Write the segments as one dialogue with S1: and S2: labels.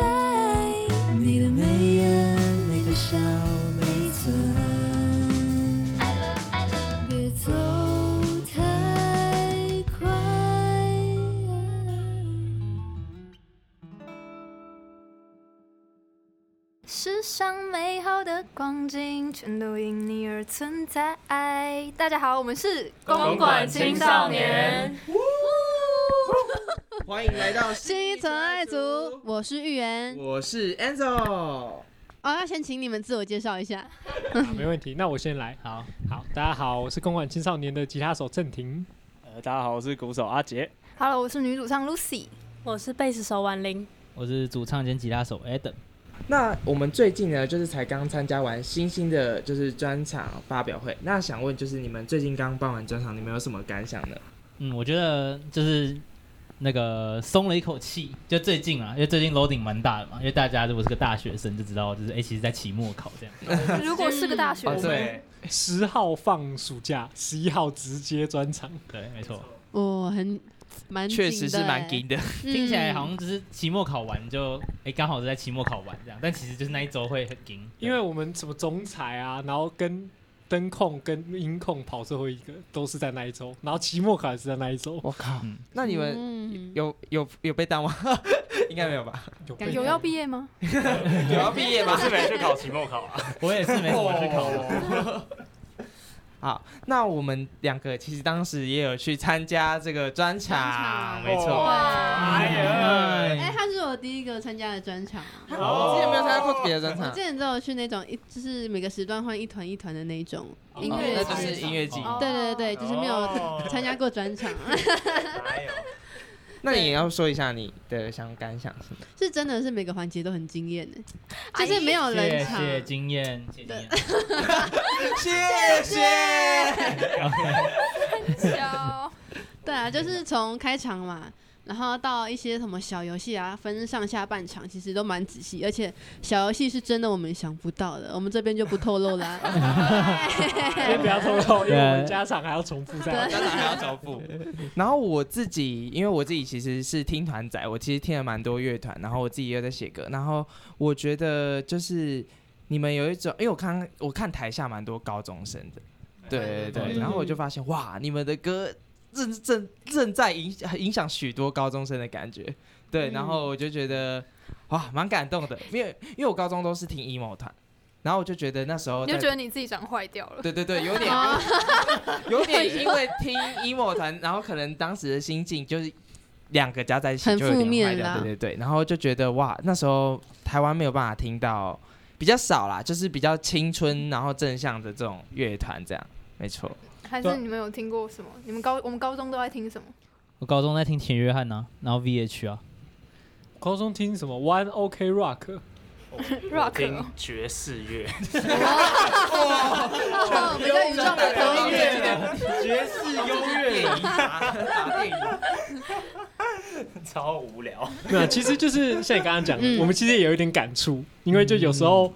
S1: 来。你的眉眼，你的笑，每寸。爱了爱了，别走太快。啊世上美好的光景，全都因你而存在。大家好，我们是
S2: 公馆青少年。
S3: 欢迎来到
S4: 新一纯爱族，我是玉圆。
S3: 我是 Enzo。
S4: 哦，要先请你们自我介绍一下。
S2: 啊没问题，那我先来。好好，大家好，我是公馆青少年的吉他手郑婷。
S5: 呃，大家好，我是鼓手阿杰。
S1: Hello，我是女主唱 Lucy。
S6: 我是贝斯手婉玲，
S7: 我是主唱兼吉他手 Adam。
S3: 那我们最近呢，就是才刚参加完星星的，就是专场发表会。那想问，就是你们最近刚办完专场，你们有什么感想呢？
S7: 嗯，我觉得就是那个松了一口气，就最近啊，因为最近 loading 蛮大的嘛，因为大家如果是个大学生就知道，就是哎、其实在期末考这样。
S1: 如果是个大学
S3: 哦，
S1: 生，
S3: 对，
S2: 十号放暑假，十一号直接专场。
S7: 对，没错，
S4: 我、哦很蛮
S8: 确实是蛮
S4: 紧
S8: 紧的。
S4: 的欸，
S7: 听起来好
S4: 嗯
S7: 像就是期末考完就哎刚、好是在期末考完这样，但其实就是那一周会很紧，
S2: 因为我们什么总裁啊，然后跟灯控跟音控跑最后一个都是在那一周，然后期末考也是在那一周。
S8: 我靠
S7: 嗯，
S8: 那你们
S4: 嗯
S8: 有有有被当吗？应该没有吧？
S2: 被
S1: 有要毕业吗？
S8: 有要毕业吗？
S5: 是没去考期末考啊？
S7: 我也是没什么去考的。
S8: 好，那我们两个其实当时也有去参加这个专场，没错。
S4: 哇！
S5: 哎呀，
S4: 哎、他是我第一个参加的专场、啊。
S8: 我之前没有参加过别的专
S4: 我
S8: 场
S4: 之，前都有去那种一，就是每个时段换一团一团的那一种音
S8: 哦
S4: 乐
S8: 那
S4: 节、
S8: 就是音乐季。
S1: 哦
S4: 对对对，就是没有参加过专场，啊
S5: 哎呦，
S8: 那你也要说一下你的想感想是吗？
S4: 是真的是每个环节都很惊艳的，
S1: 哎
S4: 就是没有
S7: 谢
S4: 冷场。
S7: 谢经验，谢谢经验。
S8: 谢谢。
S1: 笑。
S4: 对
S2: 嗯
S4: 啊，就是从开场嘛，然后到一些什么小游戏啊，分上下半场，其实都蛮仔细，而且小游戏是真的我们想不到的，我们这边就不透露 啦。
S2: 先不要透露，因为我们家长还要重复在。
S8: 当然还要重复。
S1: 嗯
S8: 然后我自己，因为我自己其实是听团仔，我其实听了蛮多乐团，然后我自己也有在写歌，然后我觉得就是你们有一种，因为我看我看台下蛮多高中生的，对对对，
S7: 嗯
S8: 然后我就发现哇，你们的歌正正正在影响影响许多高中生的感觉，
S1: 嗯
S8: 对，然后我就觉得哇，蛮感动的，因为因为我高中都是听 emo 团，然后我就觉得那时候
S1: 你就
S8: 在
S1: 觉得你自己长坏掉了。
S8: 对对 对，有点
S4: 啊
S8: 有点因为听 emo 团，然后可能当时的心境就是两个加在一起
S4: 很
S8: 就有点
S4: 负面
S8: 坏掉
S4: 啦
S8: 对对对，然后就觉得哇，那时候台湾没有办法听到比较少啦，就是比较青春然后正向的这种乐团这样，没错。
S1: 还
S2: 对
S1: 是你们有听过什么？你们高我们高中都在听什 么？
S7: 我高中在听田约翰呐、然后 VH 啊，
S2: 高中听什么 One OK Rock，
S5: 我
S1: Rock
S5: 听
S1: 哦
S5: 爵士乐，
S4: 哦，比较与众不同一点。
S8: 爵士 优乐仪，打电影
S5: 超无聊。
S2: 没有，其实就是像你刚刚讲，的，
S4: 嗯
S2: 我们其实也有一点感触，因为就有时候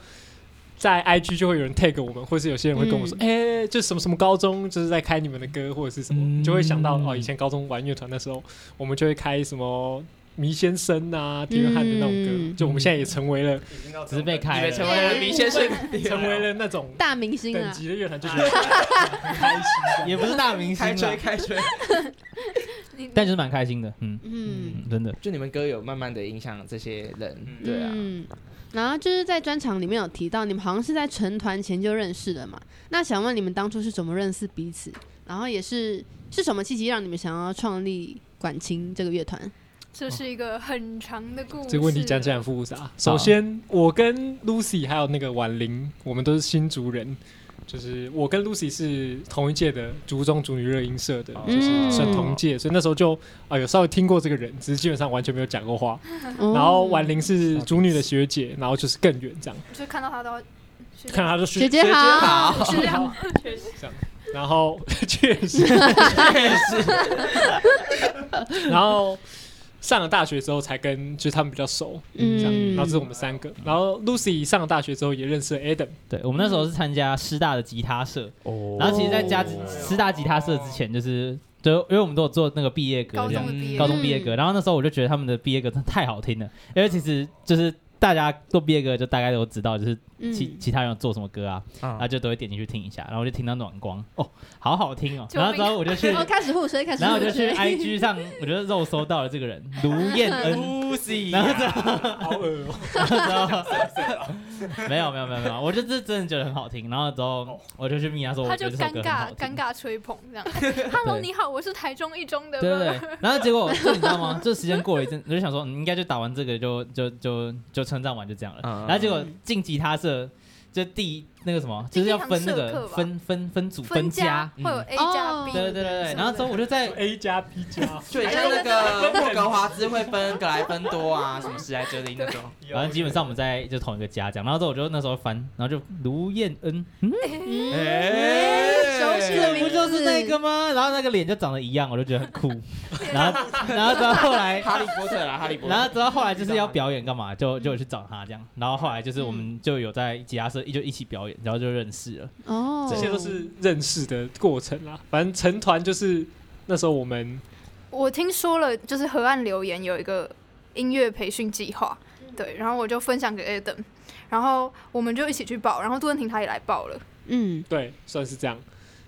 S2: 在 IG 就会有人 tag 我们，或是有些人会跟我
S4: 嗯
S2: 说，哎、就什么什么高中就是在开你们的歌或者是什么，
S8: 嗯
S2: 你就会想到哦，以前高中玩乐团的时候，我们就会开什么。迷先生啊，田约翰的那种歌，
S4: 嗯
S2: 就我们现在也成为
S9: 嗯
S2: 了
S7: 只是被
S8: 你
S7: 开
S8: 们
S7: 了。
S8: 成为了迷先生，
S2: 成为了那种
S4: 大明星
S2: 等
S4: 啊，
S2: 级的乐团，就觉得很开心这样。
S7: 也不是大明星啊
S8: 开
S7: 啦
S8: 吹，开吹。
S1: 你
S7: 但就是蛮开心的，嗯
S4: 嗯。
S7: 嗯，真的。
S8: 就你们歌有慢慢的影响这些人，对啊。
S4: 嗯，然后就是在专场里面有提到，你们好像是在成团前就认识的嘛？那想问你们当初是怎么认识彼此？然后也是是什么契机让你们想要创立管清这个乐团？
S1: 这是一个很长的故事。
S2: 这个问题讲起来很复杂。首先，我跟 Lucy 还有那个婉玲，我们都是新竹人，就是我跟 Lucy 是同一届的竹中竹女热音社的，
S8: 哦
S4: 嗯
S2: 算同届，所以那时候就啊、有稍微听过这个人，只是基本上完全没有讲过话。
S4: 哦
S2: 然后婉玲是竹女的学姐，然后就是更远这样，
S1: 就看到他都要学
S2: 看她就是
S4: 姐姐好，
S1: 是这样吗，确实
S2: 然 后确实，确实，然后上了大学之后才跟就是他们比较熟，这样，
S4: 嗯
S2: 然后这是我们三个，然后 Lucy 上了大学之后也认识了 Adam，
S7: 对我们那时候是参加师大的吉他社，
S8: 哦
S7: 然后其实在加
S10: 啊
S7: 师大吉他社之前，就是就因为我们都有做那个毕业歌
S10: 高
S7: 这样
S10: 中的，毕业，嗯
S7: 高中毕业歌，然后那时候我就觉得他们的毕业歌真的太好听了，因为其实就是大家做毕业歌就大概都知道，就是其
S4: 嗯，
S7: 其他人有做什么歌啊，然后就都会点进去听一下，然后我就听到暖光，哦，好好听哦，
S10: 救命
S7: 然后之后我就 去
S4: 然。后开始互吹，开始
S7: 然后
S4: 互
S7: 我就去
S4: 吹，
S7: IG 上，我就肉搜到了这个 人卢燕恩，
S8: Lucy，
S7: 然后之后
S2: 好恶哦，
S7: 没有没有没有没有，我就是真的觉得很好听，然后之
S2: 哦
S7: 后我就去密他说，我
S10: 他
S7: 觉得
S10: 就
S7: 这首
S10: 尴
S7: 歌很好
S10: 尬
S7: 听
S10: 尴尬吹捧这样。Hello，
S7: 对
S10: 你好，我是台中一中的。
S7: 对对对，然后结果就你知道吗？这时间过了一阵，我就想说，嗯应该就打完这个就就就就称赞完就这样了。
S8: 嗯嗯
S7: 然后结果进吉他社就第那个什么，就是要分那
S10: 进吉他社
S7: 个
S10: 课吧
S7: 分分分组
S10: 分
S7: 家嗯
S10: 家。会有 A
S4: 哦
S10: 加 B，
S7: 对对对对对，
S10: 什么的
S7: 然后之后我就在
S2: A 加 B 加，
S8: 就很像那个霍格华兹会分格莱芬多啊，什么史莱哲林那种。
S7: 反正基本上我们在就同一个家这样，然后之后我就那时候翻，然后就卢燕恩，嗯，
S8: 哎
S4: 熟悉的
S7: 这
S4: 名
S7: 不
S4: 字
S7: 就是那个吗？然后那个脸就长得一样，我就觉得 很酷。然后然后到后来
S8: 哈利波特啦，哈利波特。
S7: 然后直到后来就是要表演干嘛，就就有去找他这样。然后后来就是我
S4: 嗯
S7: 们就有在吉他社就一起表演，然后就认识了。
S4: 哦，
S2: 这些都是认识的过程啦。反正成团就是那时候我们
S10: 我听说了，就是河岸留言有一个音乐培训计划，对，然后我就分享给 Adam，然后我们就一起去报，然后杜文婷她也来报了，
S4: 嗯，
S2: 对算是这样，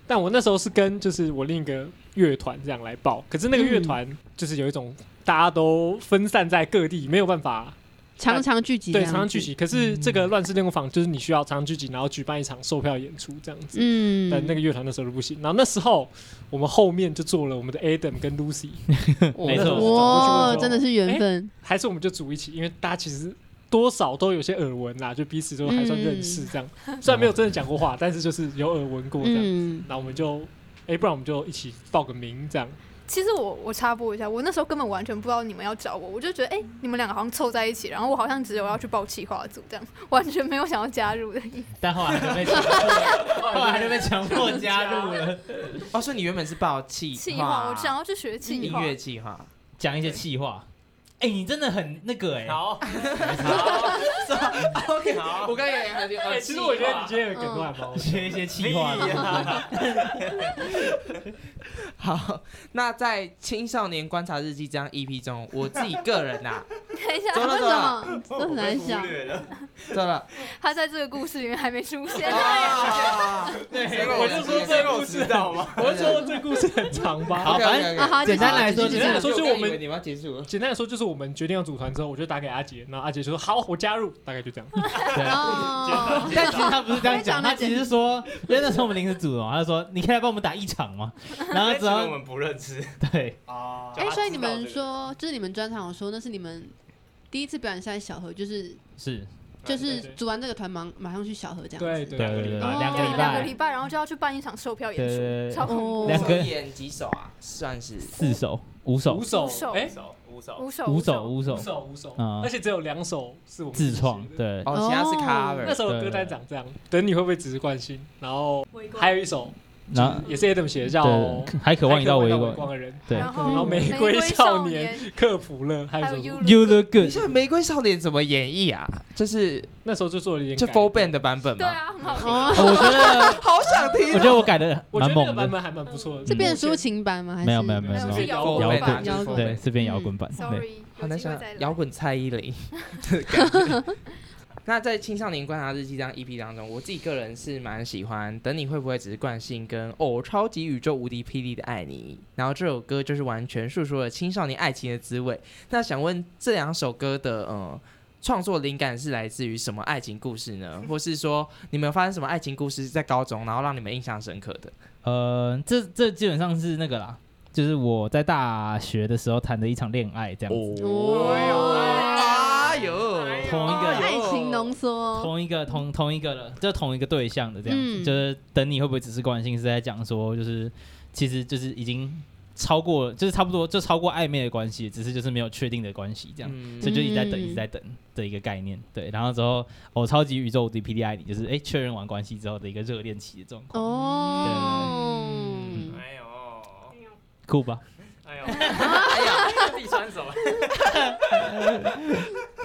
S2: 但我那时候是跟就是我另一个乐团这样来报，可是那个乐团就是有一种大家都分散在各地，没有办法
S4: 常常聚集，
S2: 对，常常聚，集。可是这
S4: 嗯
S2: 个乱世练功坊就是你需要常常聚集，然后举办一场售票演出这样子。
S4: 嗯，
S2: 但那个乐团那时候就不行，然后那时候我们后面就做了我们的 Adam 跟 Lucy，
S7: 没
S2: 那时候
S7: 错，
S4: 哇，真的是缘分，
S2: 还是我们就组一起，因为大家其实多少都有些耳闻啦，就彼此都还算认识这样。 虽然没有真的讲过话，但是就是有耳闻过这样。
S4: 嗯，
S2: 那、我们就，哎、不然我们就一起报个名这样。
S10: 其实我我插播一下，我那时候根本完全不知道你们要找我，我就觉得哎、诶你们两个好像凑在一起，然后我好像只有要去报企划组这样，完全没有想要加入的意思。
S7: 但后来就被强 迫，后来就被强迫加入了，
S8: 哦，所以你原本是报气
S10: 企划我想要去学企
S8: 音
S10: 划，
S8: 乐计划，
S7: 讲一些气话。哎，你真的很那个哎，
S5: 好，好，OK，好，
S8: 我刚才也很有
S2: 哎、其实我觉得你今天的梗都哦还蛮
S4: 嗯
S2: 好笑
S7: 学一些气话的。
S4: 啊
S8: 好。那在《青少年观察日记》这样 EP 中，我自己个人啊呐，
S10: 等一
S8: 走
S10: 下，
S8: 了
S4: 为
S8: 走了
S4: 什么都很难想
S5: 忽？略了，
S8: 走了。
S10: 他在这个故事里面还没出现。
S8: 啊
S5: 对
S8: 我就说这个
S5: 我知道吗？
S2: 我是说这故事很长吧。
S7: 好反正
S4: 啊，好，
S7: 简单来
S4: 继续
S7: 说就
S2: 简单来
S7: 是，
S2: 说就是我们
S8: 你们要结束了。
S2: 简单来说，就是我们决定要组团之后，我就打给阿杰，然后阿杰就说好，我加入，大概就这样。
S4: 哦，
S7: 但其实他不是这样
S4: 非
S7: 讲，
S4: 常的
S7: 他其实是说，因为那时候我们临时组哦的嘛，他就说你可以来帮我们打一场嘛。 然后
S5: 那
S7: 之
S5: 时候我
S7: 后
S5: 们不认识
S7: 对，
S5: 啊
S4: 哎，所以你们说，就是你们专场有说那是你们第一次表演下来小河，就是
S7: 是
S4: 就是组完这个团马马上去小河这样
S2: 对
S4: 子，
S2: 对
S7: 对对对，
S4: 哦
S7: 两个
S10: 对
S7: 礼
S10: 两个
S7: 拜
S10: 礼拜，然后就要去办一场售票演
S7: 对对
S10: 出，
S7: 对
S10: 超恐
S4: 哦
S10: 怖。
S7: 两个
S8: 演几首啊？算是
S7: 四首五首
S2: 五首
S10: 五，首
S2: 哎、
S5: 手五手，
S10: 五首
S7: 五首五
S2: 五
S7: 首
S2: 首五首，
S7: 嗯
S2: 而且只有两首是我们
S7: 自
S2: 己
S7: 创
S2: 写的，
S7: 对
S8: 哦，其他是
S4: 哦
S8: cover。
S2: 那时候歌单长这样，等你会不会只是关心？然后还有一首
S7: 然后
S2: 也是 Adam 写的，叫《
S7: 对还渴望一道
S2: 还
S7: 微
S2: 渴
S7: 光
S2: 光的人
S7: 对
S10: 然》，
S2: 然后
S10: 后
S2: 玫瑰
S10: 瑰
S2: 少
S10: 年
S2: 年、克普勒，还
S10: 还
S2: 有
S10: 有
S2: 什么？
S7: You
S10: U
S7: look
S8: 你
S7: good，
S8: 像《玫瑰少年》怎么演绎啊？就是
S2: 那时候就做了一点
S8: 就
S2: 改
S8: full band 的版本
S10: 对
S8: 吗？
S10: 啊，很好听。
S4: 哦，
S7: 我觉得
S8: 好想
S7: 我觉
S8: 听。
S7: 得我改的
S2: 我觉
S7: 蛮
S2: 得那个
S7: 猛
S2: 版
S7: 的，
S2: 本还蛮不错的。嗯
S4: 这边抒情版吗？还是
S7: 没有没有没
S10: 还
S7: 有
S10: 有
S7: 没
S10: 是
S7: 有，
S10: 摇
S8: 摇
S2: 哦
S10: 滚
S7: 滚
S10: 吧
S4: 摇滚
S7: 对，
S8: 对，
S7: 这边摇滚版，对，
S10: ，sorry，
S8: 好
S10: 有
S8: 难
S10: 机会
S8: 想
S10: 再聊
S8: 摇滚蔡依 林。那在《青少年观察日记》这样 EP 当中，我自己个人是蛮喜欢《等你会不会只是惯性》跟《哦超级宇宙无敌霹雳的爱你》，然后这首歌就是完全诉说了青少年爱情的滋味。那想问这两首歌的呃创作灵感是来自于什么爱情故事呢？或是说你们有发生 什么爱情故事在高中，然后让你们印象深刻的？
S7: 呃，这这基本上是那个啦，就是我在大学的时候谈的一场恋爱这样
S8: 哦
S5: 哦
S7: 子，
S8: 哎呦，
S7: 同一个
S4: 爱情浓缩，
S7: 同一个同同一个了，就同一个对象的这样子，
S4: 哦嗯
S7: 就是等你会不会只是关心是在讲说，就是其实就是已经超过，就是差不多就超过暧昧的关系，只是就是没有确定的关系这样，
S8: 嗯
S7: 所以就一直在等，
S4: 嗯
S7: 一直在等的一个概念。对，然后之后哦，超级宇宙无敌 PD 爱你，就是哎确认完关系之后的一个热恋期的状况，
S4: 哦，
S7: 嗯
S5: 哎呦，
S7: 酷吧？
S5: 哎呦，哎呀，自己穿手，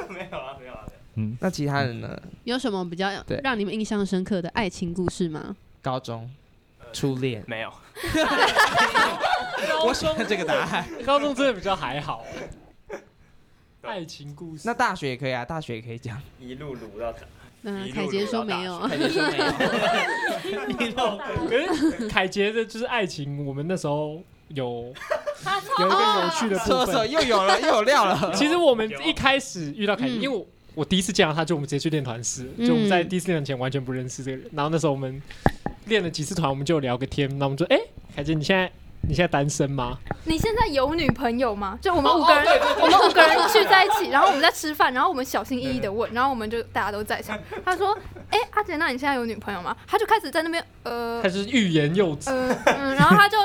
S5: 没有啊，没有啊，
S7: 嗯，
S8: 那其他人呢？
S4: 有什么比较
S8: 对
S4: 让你们印象深刻的爱情故事吗？
S8: 高中初恋，
S5: 没有。
S8: 我喜欢这个答案。
S2: 高中真的比较还好。爱情故事
S8: 那大学也可以啊，大学也可以讲。
S5: 一路撸到他，
S4: 那
S5: 一路
S4: 凯杰
S5: 撸
S4: 说
S5: 到大
S4: 没有
S5: 学
S4: 啊，
S5: 凯杰说没有，
S2: 可是凯杰的就是爱情，我们那时候有有一个有趣的
S8: 厕
S2: 部
S8: 所
S2: 分。
S8: 又有了，又有料了。
S2: 其实我们一开始遇到凯杰，
S4: 嗯
S2: 因为我我第一次见到他，就我们直接去练团时，就我们在第一次练团前完全不认识这个人。然后那时候我们练了几次团，我们就聊个天，那我们说，哎、凯杰，你现在你现在单身吗？
S10: 你现在有女朋友吗？就我们五个人，我们五个人聚在一 起，然后我们在吃饭，然后我们小心翼翼的问，然后我们就大家都在场。他说：“哎、阿姐，那你现在有女朋友吗？”他就开始在那边呃
S2: 他就是欲言又止。
S10: 呃嗯，然后他就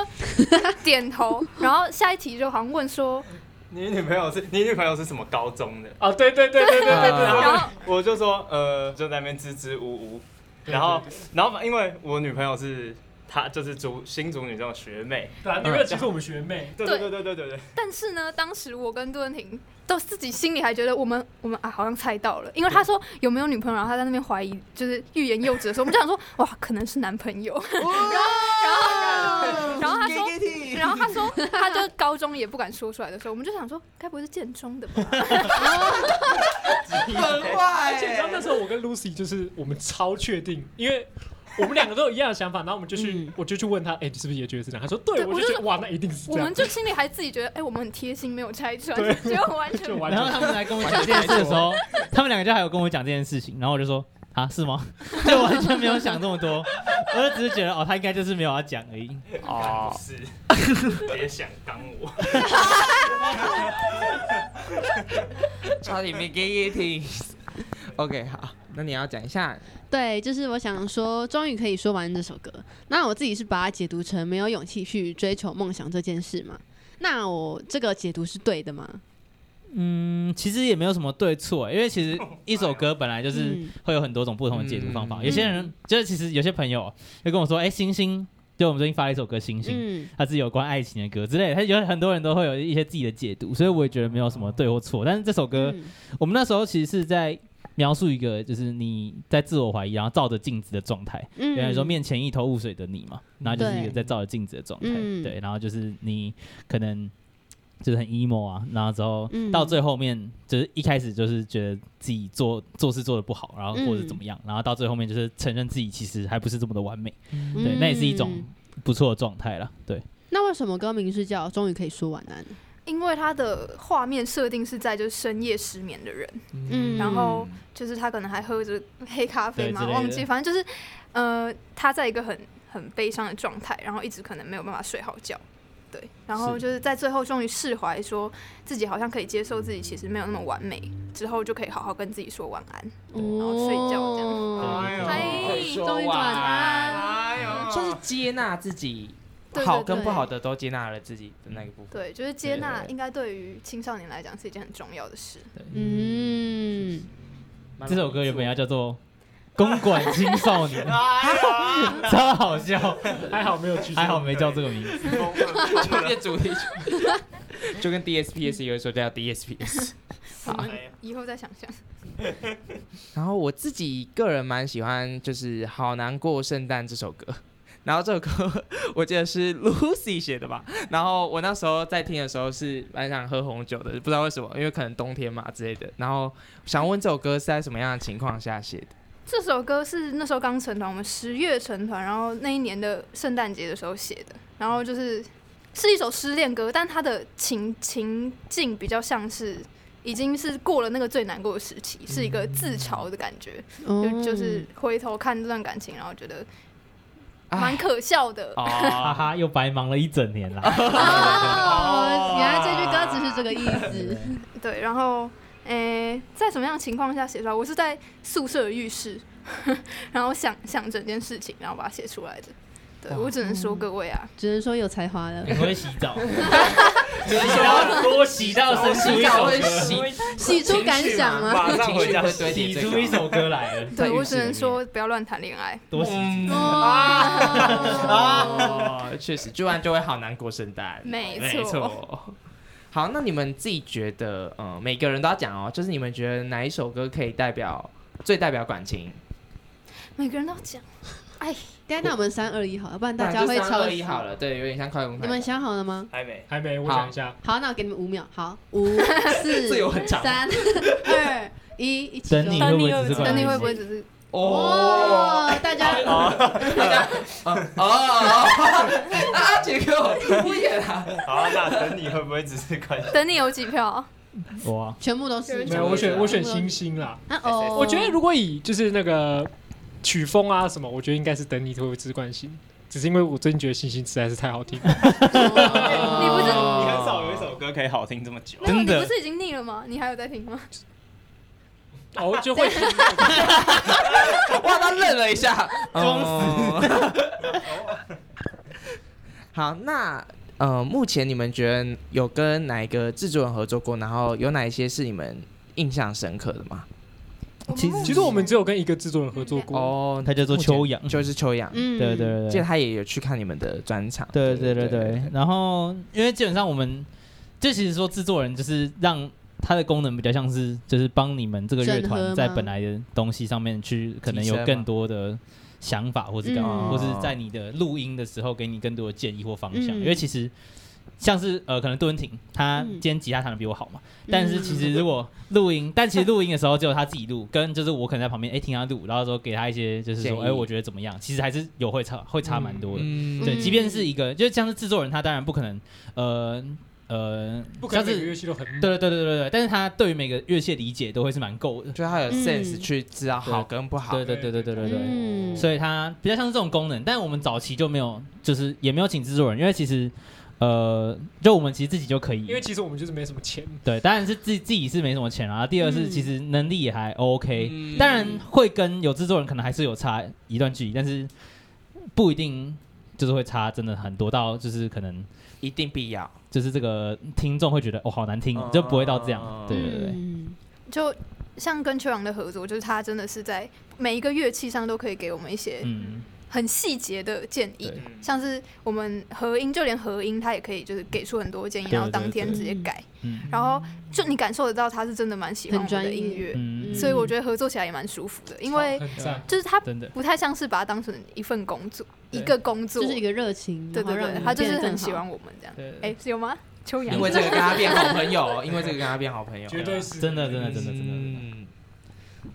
S10: 点头，然后下一题就好像问说，
S5: 你女朋友是你女朋友是什么高中的？
S2: 哦，对对对对对 对对，
S8: 哦
S10: 然后
S5: 我就说呃，就在那边支支吾吾，然后然后因为我女朋友是她就是竹新竹女中的学妹，
S2: 对啊，因为其实我们学妹，
S5: 对对对对对对对，
S10: 但是呢，当时我跟杜文婷都自己心里还觉得我们我们啊好像猜到了，因为他说有没有女朋友，然后他在那边怀疑，就是欲言又止的时候，我们就想说哇，可能是男朋友。然后然后然后他说。然后他说， 他就高中也不敢说出来的时候，我们就想说，该不会是建 中的吧？
S8: 很坏
S2: 而且你知道那时候我跟 Lucy 就是我们超确定，因为我们两个都有一样的想法，然后我们就去，我就去问他，哎、你是不是也觉得是这样？他说，对，
S10: 对
S2: 我
S10: 我
S2: 就
S10: 就
S2: 觉得
S10: 说
S2: 哇，那一定是
S10: 我
S2: 这样
S10: 们。就心里还自己觉得，哎、我们很贴心，没有拆穿
S2: 对，
S10: 结果完全
S2: 就完
S7: 然后
S2: 全
S7: 他们来跟我讲这件事的时候，他们两个就还有跟我讲这件事情，然后我就说啊是吗？ 就完全没有想这么多，我就只是觉得哦他应该就是没有要讲而已。
S5: 哦，是，别想刚我，
S8: 差点没给你听。OK，好，那你要讲一下
S4: 对，就是我想说，终于可以说完这首歌。那我自己是把它解读成没有勇气去追求梦想这件事嘛？那我这个解读是对的吗？
S7: 嗯，其实也没有什么对错，因为其实一首歌本来就是
S4: 嗯
S7: 会有很多种不同的解读方法。
S8: 嗯
S7: 有些人就是其实有些朋友就跟我说，哎、星星，就我们最近发了一首歌《星星》，
S4: 嗯，
S7: 它是有关爱情的歌之类的，他有很多人都会有一些自己的解读，所以我也觉得没有什么对或错。但是这首歌，
S4: 嗯
S7: 我们那时候其实是在描述一个就是你在自我怀疑，然后照着镜子的状态。
S4: 嗯
S7: 有人说面前一头雾水的你嘛，然后就是一个在照着镜子的状态，
S4: 嗯
S7: 对，然后就是你可能就是很 emo 啊，然后之后
S4: 嗯
S7: 到最后面就是一开始就是觉得自己做做事做的不好，然后或者
S4: 嗯
S7: 怎么样，然后到最后面就是承认自己其实还不是这么的完美，对，那也是一种
S4: 嗯
S7: 不错的状态了，对。
S4: 那为什么歌名是叫《终于可以说晚安》？
S10: 因为他的画面设定是在就是深夜失眠的人，
S4: 嗯，
S10: 然后就是他可能还喝着黑咖啡
S7: 对之
S10: 嘛，
S7: 类的
S10: 忘记，反正就是呃，他在一个很很悲伤的状态，然后一直可能没有办法睡好觉，对，然后
S7: 是
S10: 就是在最后终于释怀，说自己好像可以接受自己其实没有那么完美，之后就可以好好跟自己说晚安。然后睡觉这样
S4: 哦
S5: 哎呦
S4: 哎，终于晚安。
S5: 哎呦，
S8: 算是接纳自己，
S10: 对对
S8: 好跟
S10: 对
S8: 不好的都接纳了自己的那个部分。
S10: 对，就是接纳
S8: 对
S10: 应该对于青少年来讲是一件很重要的事。
S4: 嗯，
S7: 这首歌原本要叫做《公馆青少 年》，
S5: 哎
S7: 超好笑，
S2: 还好没有拒绝。
S7: 还好没叫这个名字。
S8: 特别主题曲， 就跟 DSPS 有一首叫 DSPS。
S10: 我们以后再想想。
S8: 然后我自己个人蛮喜欢，就是《好难过圣诞》这首歌。然后这首歌我记得是 Lucy 写的吧，然后我那时候在听的时候是蛮想喝红酒的，不知道为什么，因为可能冬天嘛之类的。然后想问这首歌是在什么样的情况下写的？
S10: 这首歌是那时候刚成团，我们十月成团，然后那一年的圣诞节的时候写的，然后就是是一首失恋歌，但它的情情境比较像是已经是过了那个最难过的时期，是一个自嘲的感觉，
S4: 哦
S10: 就就是回头看这段感情，然后觉得蛮可笑的。
S5: 啊
S7: 哈哈，又白忙了一整 年啦。
S4: 哦，原来这句歌词是这个意思。
S10: 对，然后诶、在什么样的情况下写出来？我是在宿舍的浴室， 然后想想整件事情，然后把它写出来的。对我只能
S7: 嗯
S10: 说各位啊，
S4: 只能说有才华了
S7: 你，会洗澡，洗到多洗到生出一首歌，
S4: 喜出感想啊吗？
S5: 马上
S8: 情
S5: 回
S8: 绪
S5: 家
S8: 会堆叠
S7: 洗
S8: 这
S7: 出一
S8: 个。
S7: 首歌来了，
S10: 对
S8: 在
S10: 我
S8: 浴室
S10: 只
S8: 里
S10: 能
S8: 面
S10: 说嗯不要乱谈恋爱。
S7: 多洗几次。
S4: 哦，
S8: 哦，确实，做完就会好难过圣诞。
S10: 没错
S8: 没错。好，那你们自己觉得，呃，每个人都要讲哦，就是你们觉得哪一首歌可以代表最代表感情？
S10: 每个人都讲，哎，
S4: 等一下那我们三二一好了，不然大
S8: 不
S4: 家
S8: 然就
S4: 会
S8: 三
S4: 超
S8: 二一好了，对，有点像快问
S4: 你
S8: 快答
S4: 们。想好了吗？
S5: 还没，
S2: 还没，我想一下，
S4: 好，那我给你们五秒。好，五
S8: 这有
S4: 四
S8: 很长吗
S4: 三二一，一起
S7: 等
S4: 说
S7: 你
S6: 等
S7: 会不
S6: 你
S7: 会
S6: 会
S7: 只是
S6: 不会
S10: 那
S7: 关
S10: 你
S7: 心
S10: 会不会只是
S8: 哦，
S4: 哦，大家
S8: 大家，哦哦 哦，啊，杰哥，我敷衍啊。
S5: 好，那等你会不会只是关心？
S10: 等你有几票啊？
S7: 哇，
S4: 全部都是
S2: 没有，我选我选
S4: 全部都是
S2: 星星啦。
S4: 啊哦，
S2: 我觉得如果以就是那个曲风啊什么，我觉得应该是等你会不会只关心，只是因为我最近觉得星星实在是太好听了。
S10: 你不是
S5: 你很少有一首歌可以好听这么久。
S10: 没有，你不是已经腻了吗？你还有在听 吗？
S2: 哦，就 会
S8: 哇，他愣了一下， 哦装死。 好，那呃，目前你们觉得有跟哪一个制作人合作过？然后有哪一些是你们印象深刻的吗？
S7: 其实
S2: 其实我们只有跟一个制作人合作过，
S8: 哦，
S7: 他叫做秋阳，
S8: 就是秋阳，
S4: 嗯
S7: 对对对
S8: 记
S7: 对
S8: 得他也有去看你们的专场。
S7: 对对对对。然后，因为基本上我们，这其实说制作人就是让他的功能比较像是，就是帮你们这个乐
S4: 整合吗
S7: 团在本来的东西上面去，可能
S8: 提升哦
S7: 有
S8: 吗
S7: 更多的想法或是干嘛，
S4: 嗯
S7: 或是在你的录音的时候给你更多的建议或方向。
S4: 嗯
S7: 因为其实像是呃，可能杜文婷他
S4: 嗯
S7: 今天吉他弹的比我好嘛，但是其实如果录音，但其实录音的时候只有他自己录，跟就是我可能在旁边哎、听他录，然后说给他一些就是
S8: 建
S7: 说
S8: 议
S7: 哎、我觉得怎么样，其实还是有会差会差蛮多的。
S8: 嗯
S7: 对，
S4: 嗯
S7: 即便是一个，就是像是制作人，他当然不可能，呃呃，
S2: 不可
S7: 像
S2: 能每个
S7: 是
S2: 乐器都很
S7: 对对对对对对，但是他对于每个乐器的理解都会是蛮够的。
S8: 就他有
S4: 嗯
S8: sense 去知道好跟不好
S7: 对。对对对对对对，
S4: 嗯
S7: 所以他比较像是这种功能，但我们早期就没有，就是也没有请制作人，因为其实呃，就我们其实自己就可以，
S2: 因为其实我们就是没什么钱，
S7: 对，当然是自己自己是没什么钱啊。第二是
S4: 嗯
S7: 其实能力也还 OK，、
S8: 嗯
S7: 当然会跟有制作人可能还是有差一段距离，但是不一定就是会差真的很多到就是可能
S8: 一定必要。
S7: 就是这个听众会觉得哦好难听
S8: 哦，
S7: 就不会到这样。对对对，
S4: 嗯
S10: 就像跟秋阳的合作，就是他真的是在每一个乐器上都可以给我们一些
S7: 嗯，
S10: 很细节的建议
S7: 对，
S5: 嗯
S10: 像是我们合音，就连合音他也可以就是给出很多建议，
S7: 对
S10: 然后当天直接改，
S7: 嗯
S10: 然后就你感受得到他是真的蛮喜欢我们的音乐，
S7: 嗯，
S10: 所以我觉得合作起来也蛮舒服的，因为
S2: 很赞。
S10: 就是他
S7: 真的
S10: 不太像是把它当成一份工作，
S7: 对
S10: 一个工作，
S4: 就是一个热情，
S10: 对
S4: 然后
S10: 对
S4: 让
S10: 对，
S4: 你
S10: 他就
S4: 变
S10: 是
S4: 得更
S10: 很喜
S4: 好
S10: 欢我们这样。
S7: 对，
S10: 哎，是有吗？秋阳
S8: 因，为这个跟他变好朋友，因为这个跟他变好朋友。
S2: 绝对是
S7: 真的真的真的真的真的。
S8: 嗯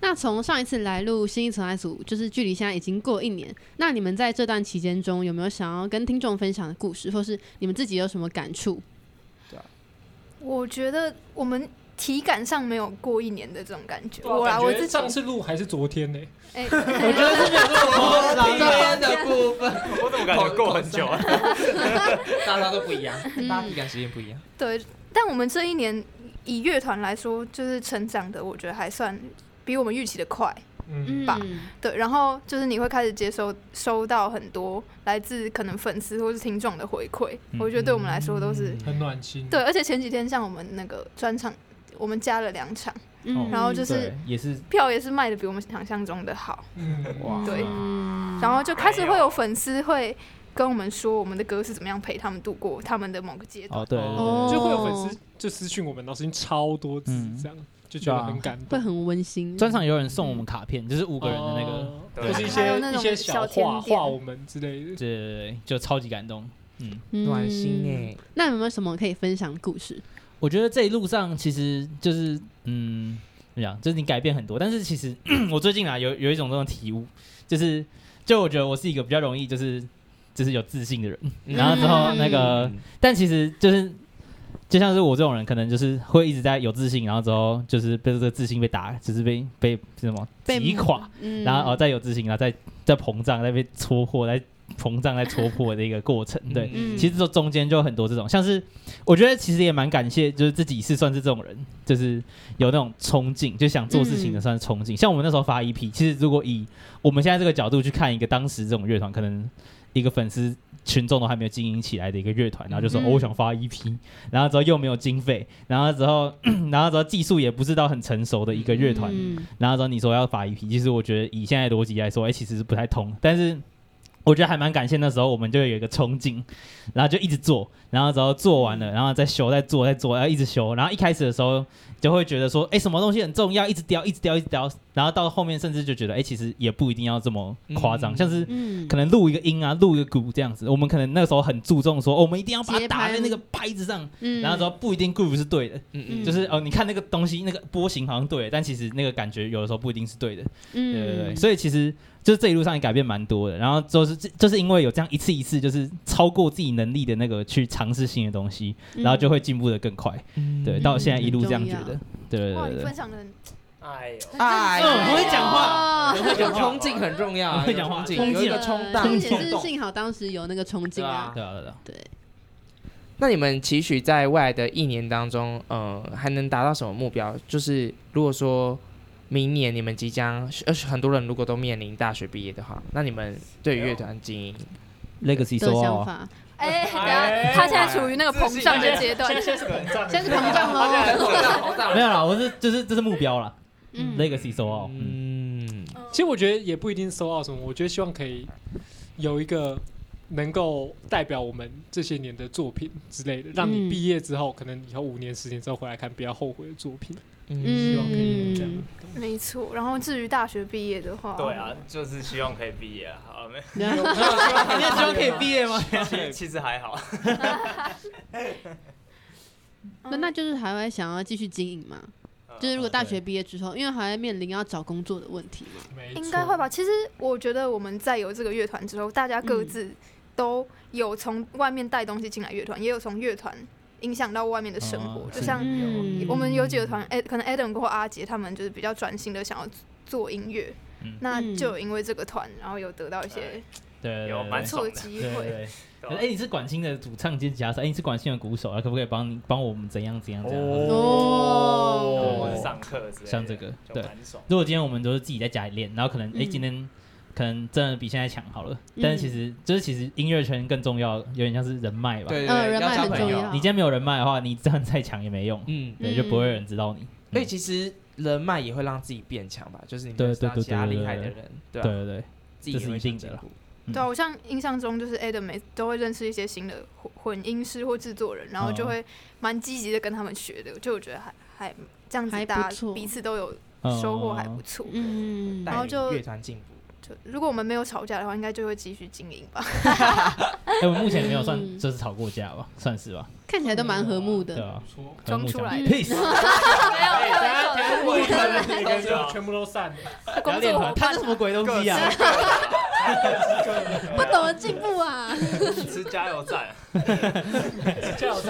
S4: 那从上一次来录新一层爱组，就是距离现在已经过一年。那你们在这段期间中，有没有想要跟听众分享的故事，或是你们自己有什么感触？
S10: 我觉得我们体感上没有过一年的这种感觉，
S2: 对啊
S10: 我啦
S2: 感
S10: 我
S2: 觉
S10: 自己
S2: 上，次录还是昨天呢，
S10: 哎，
S7: 我觉得是没有这么夸
S8: 昨
S7: 张啊。
S8: 天的部分，
S5: 我怎么感觉过很久啊？
S8: 大家都不一样，
S4: 嗯
S8: 大家体感时间不一样。
S10: 对，但我们这一年以乐团来说，就是成长的，我觉得还算比我们预期的快。
S2: 嗯，
S10: 吧对，然后就是你会开始接收收到很多来自可能粉丝或是听众的回馈，
S7: 嗯
S10: 我觉得对我们来说都是
S2: 很暖心。
S10: 嗯对，而且前几天像我们那个专场，我们加了两场，
S4: 嗯
S10: 然后就是
S7: 对，也是
S10: 票也是卖的比我们想象中的好，
S2: 嗯，
S8: 哇
S10: 对
S4: 嗯
S10: 然后就开始会有粉丝会跟我们说我们的歌是怎么样陪他们度过他们的某个阶段。
S7: 哦，对对对，
S4: 哦
S2: 就会有粉丝就私讯我们，老师已经超多次
S7: 嗯
S2: 这样，就
S7: 啊
S2: 觉得很感
S4: 会
S2: 动。
S4: 很温馨。
S7: 专场有人送我们卡片，就是五个人的那个，
S2: 哦
S5: 对
S2: 或是一
S10: 还有
S2: 些
S10: 那
S2: 一
S10: 种
S2: 些
S10: 小甜
S2: 画
S10: 点
S2: 画我们之类的。
S7: 对对对对，就超级感动。嗯，
S4: 嗯
S8: 暖心
S7: 欸
S8: 哎、
S4: 那有没有什么可以分享的故事？
S7: 我觉得这一路上其实就是嗯，怎么讲，就是你改变很多，但是其实 我最近啊有有一种这种体悟，就是就我觉得我是一个比较容易就是就是有自信的人，然后之后那个，
S8: 嗯
S7: 但其实就是。就像是我这种人，可能就是会一直在有自信，然后之后就是被这个自信被打，就是被被是什么
S4: 被
S7: 击垮，
S4: 嗯
S7: 然后哦再有自信，然后再再膨胀，再被戳破，再膨胀，再戳破的一个过程。对，
S4: 嗯
S7: 其实这中间就有很多这种，像是我觉得其实也蛮感谢，就是自己是算是这种人，就是有那种冲劲，就想做事情的
S4: 嗯
S7: 算是冲劲。像我们那时候发 EP，其实如果以我们现在这个角度去看一个当时这种乐团，可能一个粉丝群众都还没有经营起来的一个乐团，然后就说、
S4: 嗯
S7: 哦我想发 EP，然后之后又没有经费，然后之后 然后之后技术也不是到很成熟的一个乐团，
S4: 嗯
S7: 然后之后你说要发 EP，其实我觉得以现在的逻辑来说，哎、其实是不太通。但是我觉得还蛮感谢那时候我们就有一个冲劲，然后就一直做，然后之后做完了，然后再修，再做，再做，然后一直修。然后一开始的时候就会觉得说，哎，什么东西很重要，一直雕，一直雕，一直雕。然后到后面甚至就觉得，哎，其实也不一定要这么夸张，
S8: 嗯
S7: 像是
S4: 嗯
S7: 可，能录一个音啊，录一个鼓这样子。我们可能那时候很注重说，哦我们一定要把它
S4: 节
S7: 打
S4: 拍
S7: 在那个拍子上，
S4: 嗯
S7: 然后说不一定 groove 是对的，
S8: 嗯嗯，
S7: 就是哦，你看那个东西那个波形好像对的，但其实那个感觉有的时候不一定是对的。
S4: 嗯
S7: 对对对，所以其实就是这一路上也改变蛮多的，然后就是就是因为有这样一次一次就是超过自己能力的那个去尝试新的东西，
S4: 嗯
S7: 然后就会进步的更快。对，
S4: 嗯
S7: 到现在一路
S4: 很
S7: 这
S4: 重
S7: 样觉得
S4: 要，
S7: 对对
S10: 哇，
S7: 对
S10: 你
S7: 对
S10: 分
S7: 对。
S10: 享的很
S5: 哎 呦，
S8: 哎
S7: 嗯我会
S8: 呀
S7: 讲
S4: 哦
S7: 话
S8: 有有冲劲很重要啊，
S7: 会讲话
S8: 有冲
S7: 冲
S8: 劲有一个
S4: 呃
S8: 冲荡，
S4: 所以
S8: 有
S4: 也
S8: 冲
S4: 是
S8: 动。
S4: 幸好当时有那个冲劲啊，
S7: 对啊对啊，
S4: 对，
S8: 那你们期许在未来的一年当中，呃，还能达到什么目标？就是如果说明年你们即将，呃，很多人如果都面临大学毕业的话，那你们对于乐团经营，
S7: ，Legacy
S4: 的想
S7: 说，
S4: 法，
S10: 哎，等
S5: 哎
S10: 下他现在处于那个
S5: 自信
S10: 膨胀的阶段
S5: 现，在现在是膨胀，
S4: 现在是膨胀
S8: 哎
S4: 哦，
S7: 没有啦，我是就是这是目标啦
S4: 嗯，
S7: ，Legacy 说，嗯，
S8: 嗯，
S2: 其实我觉得也不一定收到什么，我觉得希望可以有一个能够代表我们这些年的作品之类的，让
S4: 嗯
S2: 你毕业之后，可能以后五年、十年之后回来看，不要后悔的作品。
S8: 嗯
S2: 希望可以有这样
S4: 嗯，
S2: 的。
S10: 没错。然后至于大学毕业的话，
S5: 对啊，，就是希望可以毕业啊。好，没，
S7: 你也希望可以毕业吗？
S5: 其其实还好。
S4: 那那就是还会想要继续经营嘛，
S8: 啊
S4: 就是如果大学毕业之后，因为还会面临要找工作的问题嘛，
S2: 没错
S10: 应该会吧？。其实我觉得我们在有这个乐团之后，大家各自都有从外面带东西进来乐团，也有从乐团影响到外面的生活。
S7: 哦
S10: 就是像
S4: 嗯
S10: 我们有几个团，哎、可能 Adam 或阿杰他们就是比较专心的想要做音乐，
S7: 嗯
S10: 那
S4: 嗯
S10: 就有因为这个团，然后有得到一些
S7: 对对对，
S5: 有
S7: 对
S5: 蛮
S10: 不
S7: 对
S10: 错的机
S7: 对对
S10: 会。
S7: 对。
S5: 对
S7: 哎，你是管清的主唱兼吉他手，哎，你是管清的鼓手，啊可不可以帮你帮我们怎样怎样怎样？
S8: 哦
S5: 然后
S4: 哦
S5: 或者上课之类的，
S7: 像这个
S5: 就
S7: 对
S5: 蛮爽。
S7: 如果今天我们都是自己在家里练，然后可能哎、诶
S4: 嗯
S7: 今天可能真的比现在强好了，但是其实就是其实音乐圈更重要，有点像是人脉吧。
S8: 对对
S4: 呃
S8: 对，
S4: 人
S8: 要
S4: 脉
S8: 交
S4: 很
S8: 朋
S4: 重
S8: 友
S4: 要
S7: 你今天没有人脉的话，你站再强也没用，
S8: 嗯，
S7: 对，
S4: 嗯
S7: 就不会有人知道你。
S8: 所以其实人脉也会让自己变强吧，就是你
S7: 对
S8: 认识到
S7: 对对
S8: 其他
S7: 对对
S8: 厉害的
S7: 对
S8: 人，对
S7: 对
S8: 啊吧？
S7: 对对，
S8: 自己
S7: 这是
S8: 也会
S7: 一定
S8: 想
S7: 的
S8: 进步
S10: 对啊，我像印象中就是 Adam 每都会认识一些新的混混音师或制作人，然后就会蛮积极的跟他们学的，就我觉得还还这样
S4: 还
S10: 子，
S4: 不
S10: 大家
S4: 错
S10: 彼此都有
S7: 嗯
S10: 收获，还不错。
S4: 嗯，
S8: 带
S10: 然后
S8: 领
S10: 就
S8: 乐团进步，
S10: 就如果我们没有吵架的话，应该就会继续经营吧。
S7: 哎、我们目前没有算
S4: 嗯
S7: 就是吵过架吧，算是吧，
S4: 看起来都蛮和睦
S7: 对
S4: 的，
S7: 啊，
S10: 装出来的
S7: p e a
S10: 没有，没有没有
S2: 哎我一个人一个人就全部都散了，
S10: 工作伙
S7: 他
S10: 伴
S7: 这什么鬼东西啊？
S4: 不懂得进步啊，
S5: 吃加油站，
S2: 这样子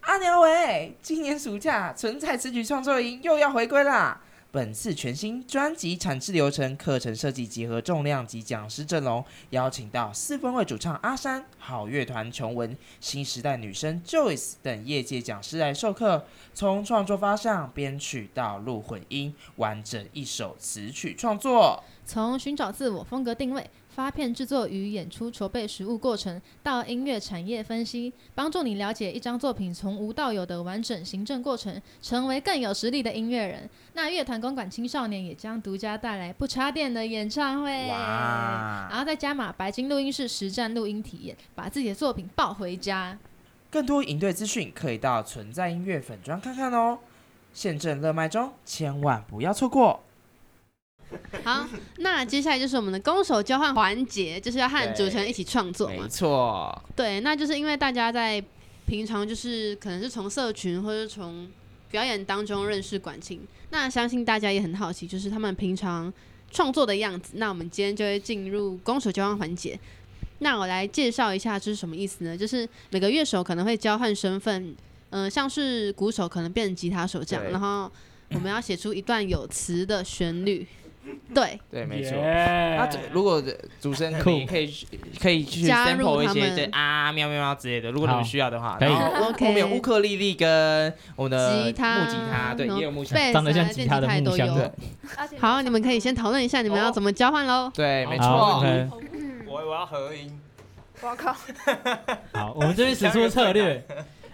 S8: 阿鸟伟，今年暑假存在词曲创作营又要回归啦！本次全新专辑产制流程、课程设计结合重量级讲师阵容，邀请到四分位主唱阿山、好乐团琼文、新时代女生 Joyce 等业界讲师来授课，从创作发想、编曲到录混音，完整一首词曲创作。
S11: 从寻找自我风格定位、发片制作与演出筹备实务过程，到音乐产业分析，帮助你了解一张作品从无到有的完整行政过程，成为更有实力的音乐人。那乐团公馆青少年也将独家带来不插电的演唱会。
S8: 哇！
S11: 然后再加码白金录音室实战录音体验，把自己的作品抱回家。
S8: 更多营队资讯可以到存在音乐粉专看看哦。现正热卖中，千万不要错过。
S4: 好，那接下来就是我们的攻守交换环节，就是要和主持人一起创作嘛
S8: 没。错，
S4: 对，那就是因为大家在平常就是可能是从社群或者从表演当中认识管清，那相信大家也很好奇，就是他们平常创作的样子。那我们今天就会进入攻守交换环节。那我来介绍一下这是什么意思呢？就是每个乐手可能会交换身份，嗯、像是鼓手可能变成吉他手这样，
S8: 对
S4: 然后我们要写出一段有词的旋律。对，
S8: 对，没错。那
S2: 那
S8: 这如果主持人可以可以去可以去
S4: 加入
S8: sample 一
S4: 他
S8: 些
S4: 们
S8: 对啊喵喵喵之类的，如果你们
S7: 好
S8: 需要的话，
S7: 可以
S8: 然 后
S4: OK
S8: 后面有乌克丽丽跟我们的
S4: 吉他
S8: 木吉他，对，
S4: 然后
S8: 也有木吉他，
S4: 贝斯
S7: 长
S4: 啊、
S7: 得像
S4: 电
S7: 吉
S4: 吉
S7: 他的
S4: 他也
S7: 木
S4: 都
S7: 箱
S4: 有。好，你们可以先讨论一下你们
S8: 哦
S4: 要怎么交换喽。
S8: 对，没
S7: 好
S8: 错。
S7: ，OK，
S5: 我我要合音，
S10: 我靠，
S7: 好，我们这边使出策略，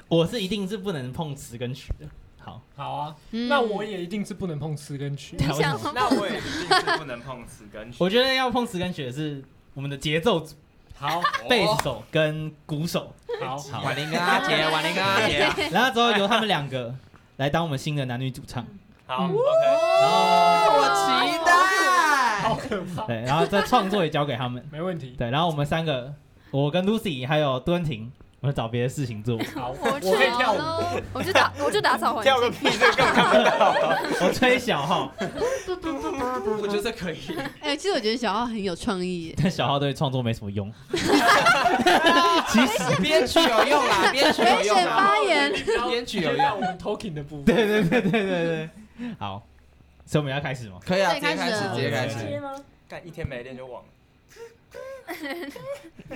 S7: 我是一定是不能碰词跟曲的。好，
S2: 好啊，
S4: 嗯
S2: 那我也一定是不能碰词跟曲。
S7: 为什么？
S5: 那我也一定是不能碰词跟曲。
S7: 我觉得要碰词跟曲的是我们的节奏组，
S2: 好，
S7: 贝斯
S5: 哦
S7: 手跟鼓手，
S2: 好，
S7: 好
S8: 婉玲跟阿杰，婉玲跟阿杰 啊，
S7: 然后之后由他们两个来当我们新的男女主唱。
S5: 好
S7: 嗯
S5: ，OK，
S8: 我期待。
S2: 好可
S5: 哦
S2: 怕，
S7: 对，然后这创作也交给他们。
S2: 没问题。
S7: 对，然后我们三个，我跟 Lucy 还有敦婷，我们找别的事 情做。
S2: 好，我
S10: 我去
S2: 可以跳舞。
S10: 喽，啊我就打，我就打扫环
S5: 跳个
S10: 境。
S5: 屁，这个更看不到。
S7: 我吹小号，
S8: 我觉得可以。
S4: 哎、其实我觉得小奥很有创意耶，
S7: 但小号对创作没什么用。 其实，
S8: 编曲有用啦，编曲有
S4: 危
S8: 用
S4: 险
S8: 啦。
S4: 发言，
S8: 编曲有
S2: 有
S8: 用
S2: 要我们 talking 的部分。
S7: 对对对对对对，好，所以我们要开始吗？
S8: 可以啊，
S4: 对
S8: 直接开
S4: 开始
S8: 始，
S4: 了
S8: 直接开
S7: 对
S8: 始。
S6: 吗？
S5: 干一天没练就忘了。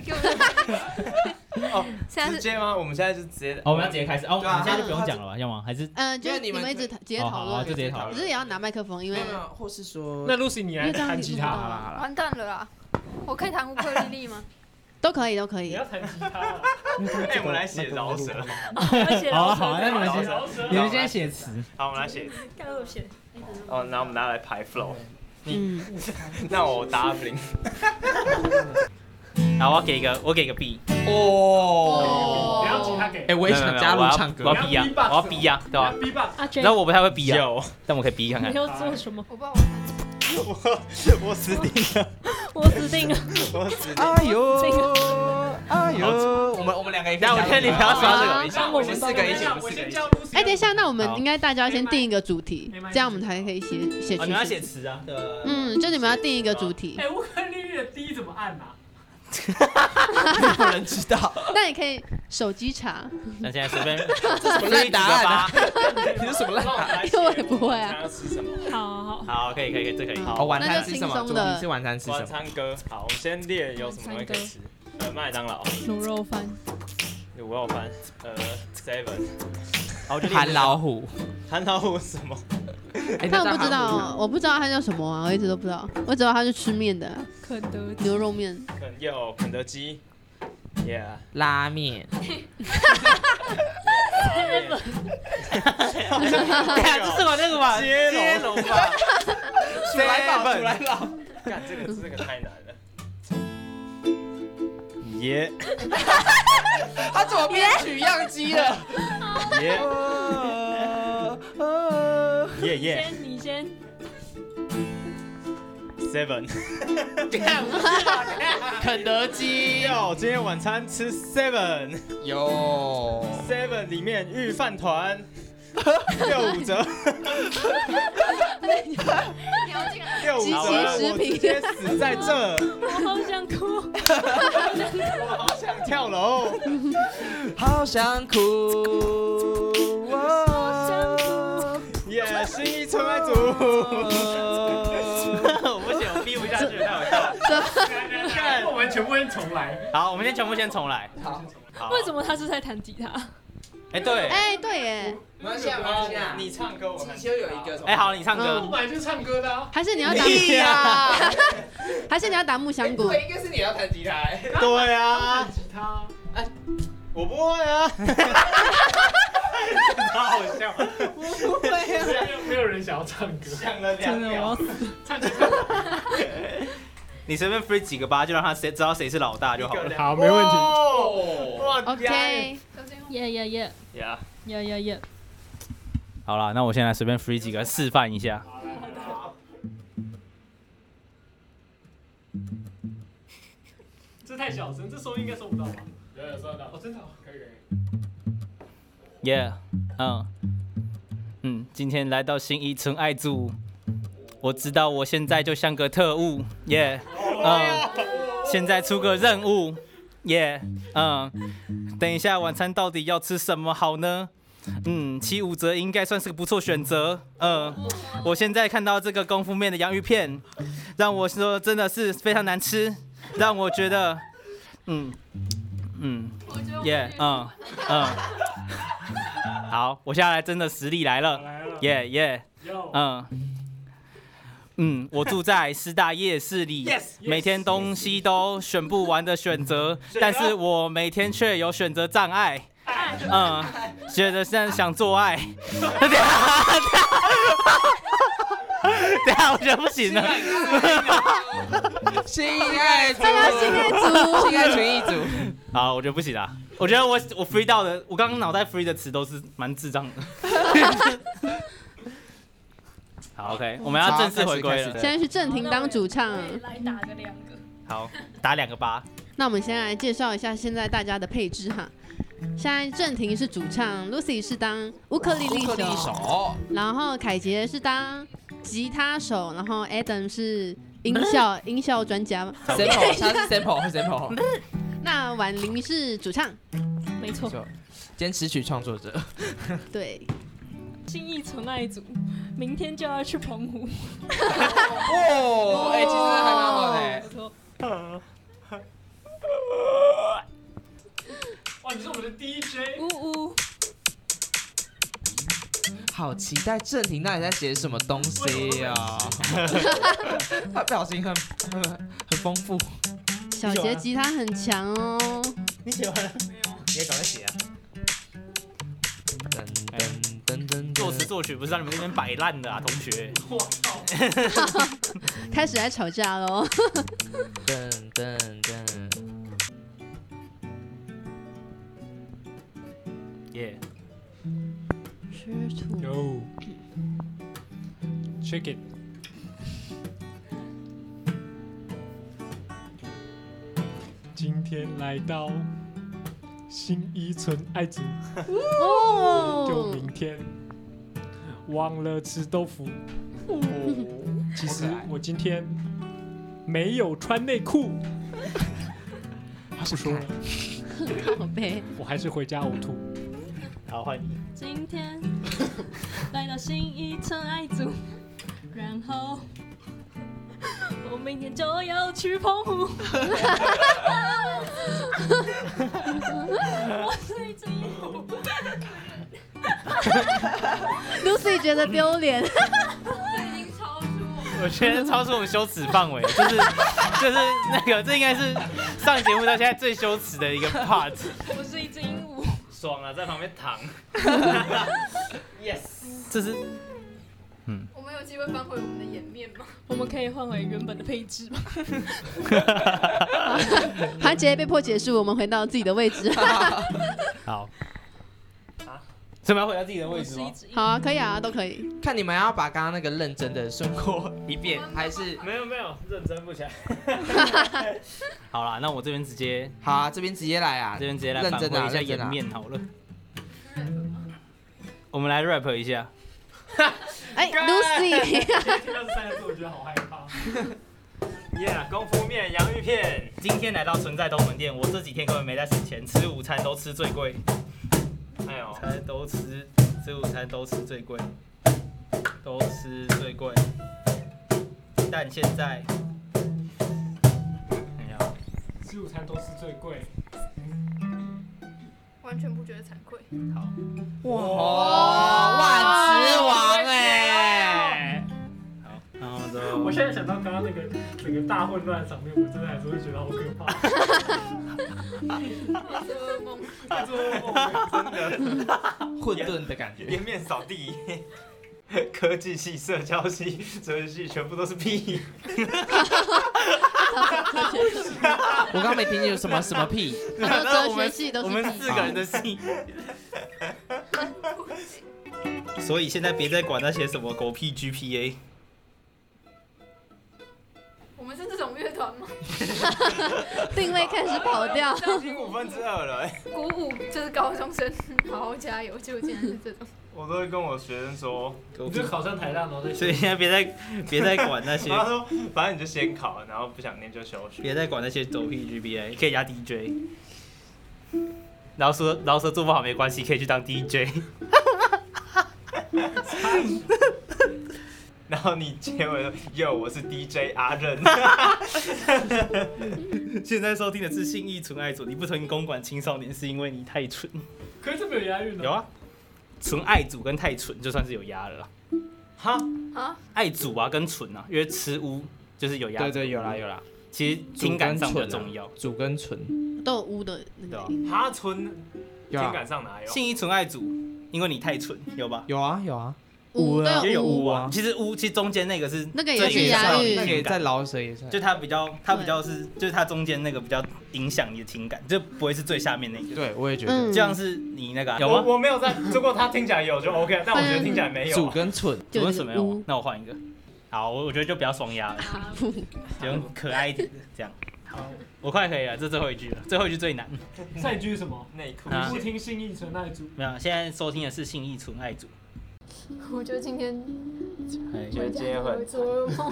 S10: 给我的
S5: 哦，
S10: 现在
S5: 直
S10: 是
S5: 接吗？我们现在就直接。
S7: 哦，我们要直接开始哦，我
S8: 对啊
S7: 们现在就不用讲了吧？要吗？还是
S4: 嗯、就是
S8: 因为你
S4: 你
S8: 们
S4: 们一直讨直接
S7: 哦
S4: 讨
S7: 好好
S4: 论
S7: 就直，接讨
S4: 我
S7: 论
S4: 是也要拿麦克风，因
S8: 没
S4: 为
S8: 有没有，或是说
S2: 那 Lucy 你来
S4: 因为
S2: 弹吉
S4: 这样你录不到
S2: 他，
S4: 啊
S8: 好啦
S10: 完蛋了啦！我可以弹乌克丽丽吗？
S4: 都可以，都可
S2: 你
S4: 以
S2: 要。弹吉他。
S5: 哎，我们来写饶舌。
S6: 而且
S7: 好了好了，那你
S2: 哎
S7: 们
S5: 饶
S7: 先，
S5: 舌
S2: 饶舌
S7: 你们先写词。
S5: 好，我们来写。
S6: 刚刚有写，
S5: 哦，然后我们拿来排 flow。
S4: 嗯，
S5: 那我打 b
S7: 好，我给一个，我给一个 B。
S8: 哦，
S2: 不要吉他给。
S8: 哎，我也想加入唱
S7: 我
S8: 歌
S7: 要。逼呀，我要逼呀，对吧？
S2: B box
S6: 阿 J，
S7: 然后我不太会逼呀，但我可以逼看
S6: 啊
S7: 看
S6: 你。要做什么？
S10: 我不知道我弹
S5: 我我死定了，
S6: 我死定了！啊
S5: 我死定了。
S8: 哎呦，哎呦，我们我们两个一起加入。
S7: 那我劝你不要刷这个
S8: 一起我们四个一起，我们
S2: 我
S8: 四个
S2: 先
S8: 一起。
S2: 叫 Lucy。
S4: 哎、等一下，那我们
S7: 好
S4: 应该大家先
S2: 没麦
S4: 定一个主题
S2: 没麦，
S4: 这样我们才可以写写
S7: 哦，
S4: 出
S7: 你们要写
S4: 去。
S7: 词啊？对。
S4: 嗯，就你们要定一个主
S8: 哦
S4: 题，
S2: 哎，乌克丽丽的 D 怎么按啊？
S8: 没有人知道，
S4: 那你可以手机查，
S7: 那现在随便，
S8: 这什么烂答案啊？ 你是什么烂 答 案？
S4: 因为我也不会啊。
S5: 要吃什么？
S6: 好好好，
S7: 好，可以可以可以，这可以。
S8: 哦，晚
S4: 那
S8: 餐
S4: 就是轻
S8: 什么？
S4: 松
S8: 主题
S4: 的
S8: 是晚餐吃什
S5: 晚
S8: 么？
S5: 餐哥，好，我们先列有什么东西可以吃？呃，麦当劳、
S6: 卤肉饭，
S5: 卤肉饭，呃，seven，
S7: 好，就
S8: 韩老虎。
S5: 韩老虎什么？
S8: 哎
S4: 但我不知道，哦，我不知道它叫什么啊，我一直都不知道。我只知道它是吃面的啊
S6: 肯德基，
S4: 牛肉面，
S5: 肯有肯德基，yeah，
S8: 拉面。
S7: 这是我那个吧？
S5: 接龙吧，
S8: 鼠来宝，鼠来宝。
S5: 干这个这个太难了。耶
S8: 他怎么编曲样机了？
S5: 耶
S8: 呃
S5: 耶耶
S6: 先你先，
S5: ，seven。
S8: 肯德基
S5: 哟，今天晚餐吃 seven
S8: 有
S5: seven 里面御饭团六五折，
S10: 你要进来，
S5: 六五折，
S4: 集齐
S5: 我
S4: 食品
S5: 直接死在这，
S6: 我好想哭，
S5: 我好想跳楼。
S8: 好想哭，哦
S5: 耶，新一纯爱组，
S7: 我不行，我逼不下去，太好笑了。
S2: 我们全部人重来。
S7: 好，我们先全部先重来。好，
S6: 为什么他是在弹吉他？
S7: 哎，对，
S4: 哎、对耶，
S8: 没关系啊，没关系啊。
S5: 你唱歌，我
S8: 即
S5: 们
S8: 修有一个，
S7: 哎，，好，你唱
S2: 我
S7: 歌。
S2: 本来就唱歌的啊。
S4: 还是你要打，
S8: 屁呀！
S4: 还是你要打木香鼓？
S8: 对，应该是你要弹吉他。哎
S5: 对啊
S2: 弹，吉他。
S5: 我不会啊，好好笑，
S2: 没有人想要唱歌。
S5: 想了两秒，
S7: 你随便 free 几个吧，就让他谁知道谁是老大就好了。
S2: 好，没问题。
S5: 题。哇
S4: OK，
S6: 耶耶耶
S5: 呀，
S6: 耶耶耶！
S7: 好了，那我现在随便 free 几个示范一下。
S2: 这太小声，这收音应该收不到吧？有有收得到。哦，真的，可以可以。
S7: 耶，嗯，嗯，今天来到新一村爱组，我知道我现在就像个特务，耶、嗯，现在出个任务，耶、嗯，等一下晚餐到底要吃什么好呢？嗯，七五折应该算是个不错选择，嗯，我现在看到这个功夫面的洋芋片，让我说真的是非常难吃，让我觉得，嗯，嗯，耶、嗯，嗯。 好，我下来真的实力来了，
S2: 来了。
S7: 耶耶，
S2: 有。
S7: 嗯。嗯，我住在师大夜市里
S5: Yes, yes,
S7: 每天东西都选不完的选择，但是我每天却有选择障碍。嗯，觉得现在想做爱，等一下，等一下，我觉得不行了。
S8: 性爱组，
S7: 大家性爱组
S8: 性爱群一组。
S7: 好，我觉得不行啦。我觉得我我 free 到的，我刚刚脑袋 free 的词都是蛮智障的。好，OK，我们要正式回归了。
S4: 现在是正廷当主唱。
S6: 来打个两个。
S7: 好，打两个八。
S4: 那我们先来介绍一下现在大家的配置哈。现在郑婷是主唱，Lucy 是当乌克丽丽
S8: 乌克丽丽
S4: 手
S8: 手，
S4: 然后凯杰是当吉他手，然后 Adam 是音效
S8: 嗯
S4: 音效专家嘛。
S8: sample，他是 sample 是 sample，
S4: 那婉玲是主唱，
S6: 没错。
S8: 兼词曲创作者。
S4: 对，
S6: 心意纯爱组，明天就要去澎湖。
S8: 哦，哎，其实还蛮好的
S6: 哦
S8: 哎。
S6: 的。
S2: 哇，你是我们的 DJ。
S6: 呜呜，
S8: 好期待郑婷到底在写什么东西 啊？他表情很很很丰富。
S4: 小杰吉他很强哦。
S7: 你喜欢？
S1: 你也赶快写啊！
S7: 作词作曲不是让你们那边摆烂的啊，同学。我操！
S4: 开始来吵架喽。
S8: 噔噔噔，
S7: 耶！
S4: 师徒。
S2: 有。Check it。今天来到新一村爱组，
S4: 哦
S2: 就明天忘了吃豆腐。其实我今天没有穿内裤。 不说了，
S4: 好呗。
S2: 我还是回家呕吐。
S7: 好，换你。
S6: 今天来到新一村爱组，然后我明天就要去澎湖。我是一只鹦鹉。
S4: Lucy 觉得丢脸，
S7: 我觉得超出我们羞耻范围，就是 就是那个，这应该是上节目到现在最羞耻的一个 part。
S6: 我是一只鹦鹉。
S1: 爽啊，在旁边 躺。
S7: yes，这是
S10: 我们有机会翻回我们的颜面吗？
S6: 我们可以换回原本的配置吗？
S4: 环节被迫结束，我们回到自己的位 置。
S7: 好。
S1: 啊
S7: 所以我们要回到自己的位置吗？
S4: 好啊，可以啊，都可以。
S8: 看你们要把刚刚那个认真的顺 过一遍，还是
S1: 没有没有，认真不起 来。
S7: 好啦，那我这边直接
S8: 好啊？这边直接来啊，
S7: 这边直接来
S8: 认
S7: 返回
S8: 真啊
S7: 一下
S8: 认真啊
S7: 颜面好了。我们来 rap 一下。
S4: 哎
S1: 听到这三个字，我觉得好害怕。Yeah，功夫面、洋芋片，
S7: 今天来到存在东门店，我这几天根本没在省钱，吃午餐都吃最贵，
S1: 哎呦，
S7: 餐都吃，吃午餐都吃最贵，都吃最贵。但现在，哎呀，
S2: 吃午餐都是最贵。
S10: 完全不觉得惭愧。
S7: 好，
S8: 哇，万磁哦王哎！
S7: 然后就
S2: 我现在想到刚刚那个整个大混乱的场面，我真的还是会觉得好可 怕。
S8: 混沌的感觉，
S1: 颜面扫地。科技系、社交系、哲学系，全部都是屁。
S8: 我刚刚没听见什么什么屁，
S4: 他说哲学啊系都是
S7: 我们
S4: 屁
S7: 四个人的 戏。所以现在别再管那些什么狗屁 GPA，
S10: 我们是这种乐团吗？
S4: 定位开始跑掉。
S1: 已经五分之二了、哎
S10: 鼓舞就是高中生，好好加油。结果竟然是这种，
S1: 我都会跟我学生说，
S7: 狗
S2: 你
S7: 屁
S2: 就考上台大，然后再
S7: 所以现在别再别再管那些，
S1: 他说反正你就先考，然后不想念就休学。
S7: 别再管那些狗屁 GPA，可以加 DJ。然后说，然后说做不好没关系，可以去当 DJ。
S1: 然后你结尾说，哟，我是 DJ 阿任。
S7: 现在收听的是信义纯爱组，你不曾公馆青少年是因为你太蠢。
S2: 可是这没有押韵
S7: 有啊，纯爱组跟太蠢就算是有压了啦。哈
S10: 啊，
S7: 爱组啊跟蠢啊，因为吃污就是有压。
S8: 对对，有啦有啦，
S7: 其实听感上比较重要。
S8: 主跟纯，
S7: 啊
S4: 都有污的那个音。
S1: 哈纯，
S8: 有啊
S12: 听感上哪有？
S7: 信义纯爱组，因为你太蠢，有吧？
S8: 有啊有啊，
S7: 乌
S8: 啊
S7: 也有乌啊。其实乌其实中间那个是
S4: 哦那个也
S7: 最
S4: 是
S7: 影响
S4: 押
S7: 你
S4: 韵
S7: 的
S8: 那
S7: 情
S8: 个
S7: 感
S8: 在老舍也算，
S7: 就它比较，它比较是，就是它中间那个比较影响你的情感，就不会是最下面那个。
S8: 对，我也觉
S4: 嗯
S8: 得
S7: 这样是你那个啊有
S12: 我
S7: 吗？
S12: 我没有在，如果他听起来有就 OK，但我啊觉得听起来没有
S8: 主
S12: 啊。
S8: 跟蠢，
S7: 结
S4: 就
S7: 婚
S4: 是
S7: 什么有
S4: 乌
S7: 吗？那我换一个。好，我我觉得就不要双压了， 就用可爱一点的这样。好，我快可以了，这最后一句了，最后一句最难。
S2: 下一句是什么？
S12: 内裤
S7: 嗯啊
S2: 不听信义纯爱组，
S7: 没有，现在收听的是信义纯爱组。
S6: 我觉得今天
S12: 觉得今天会很惨
S6: 做梦，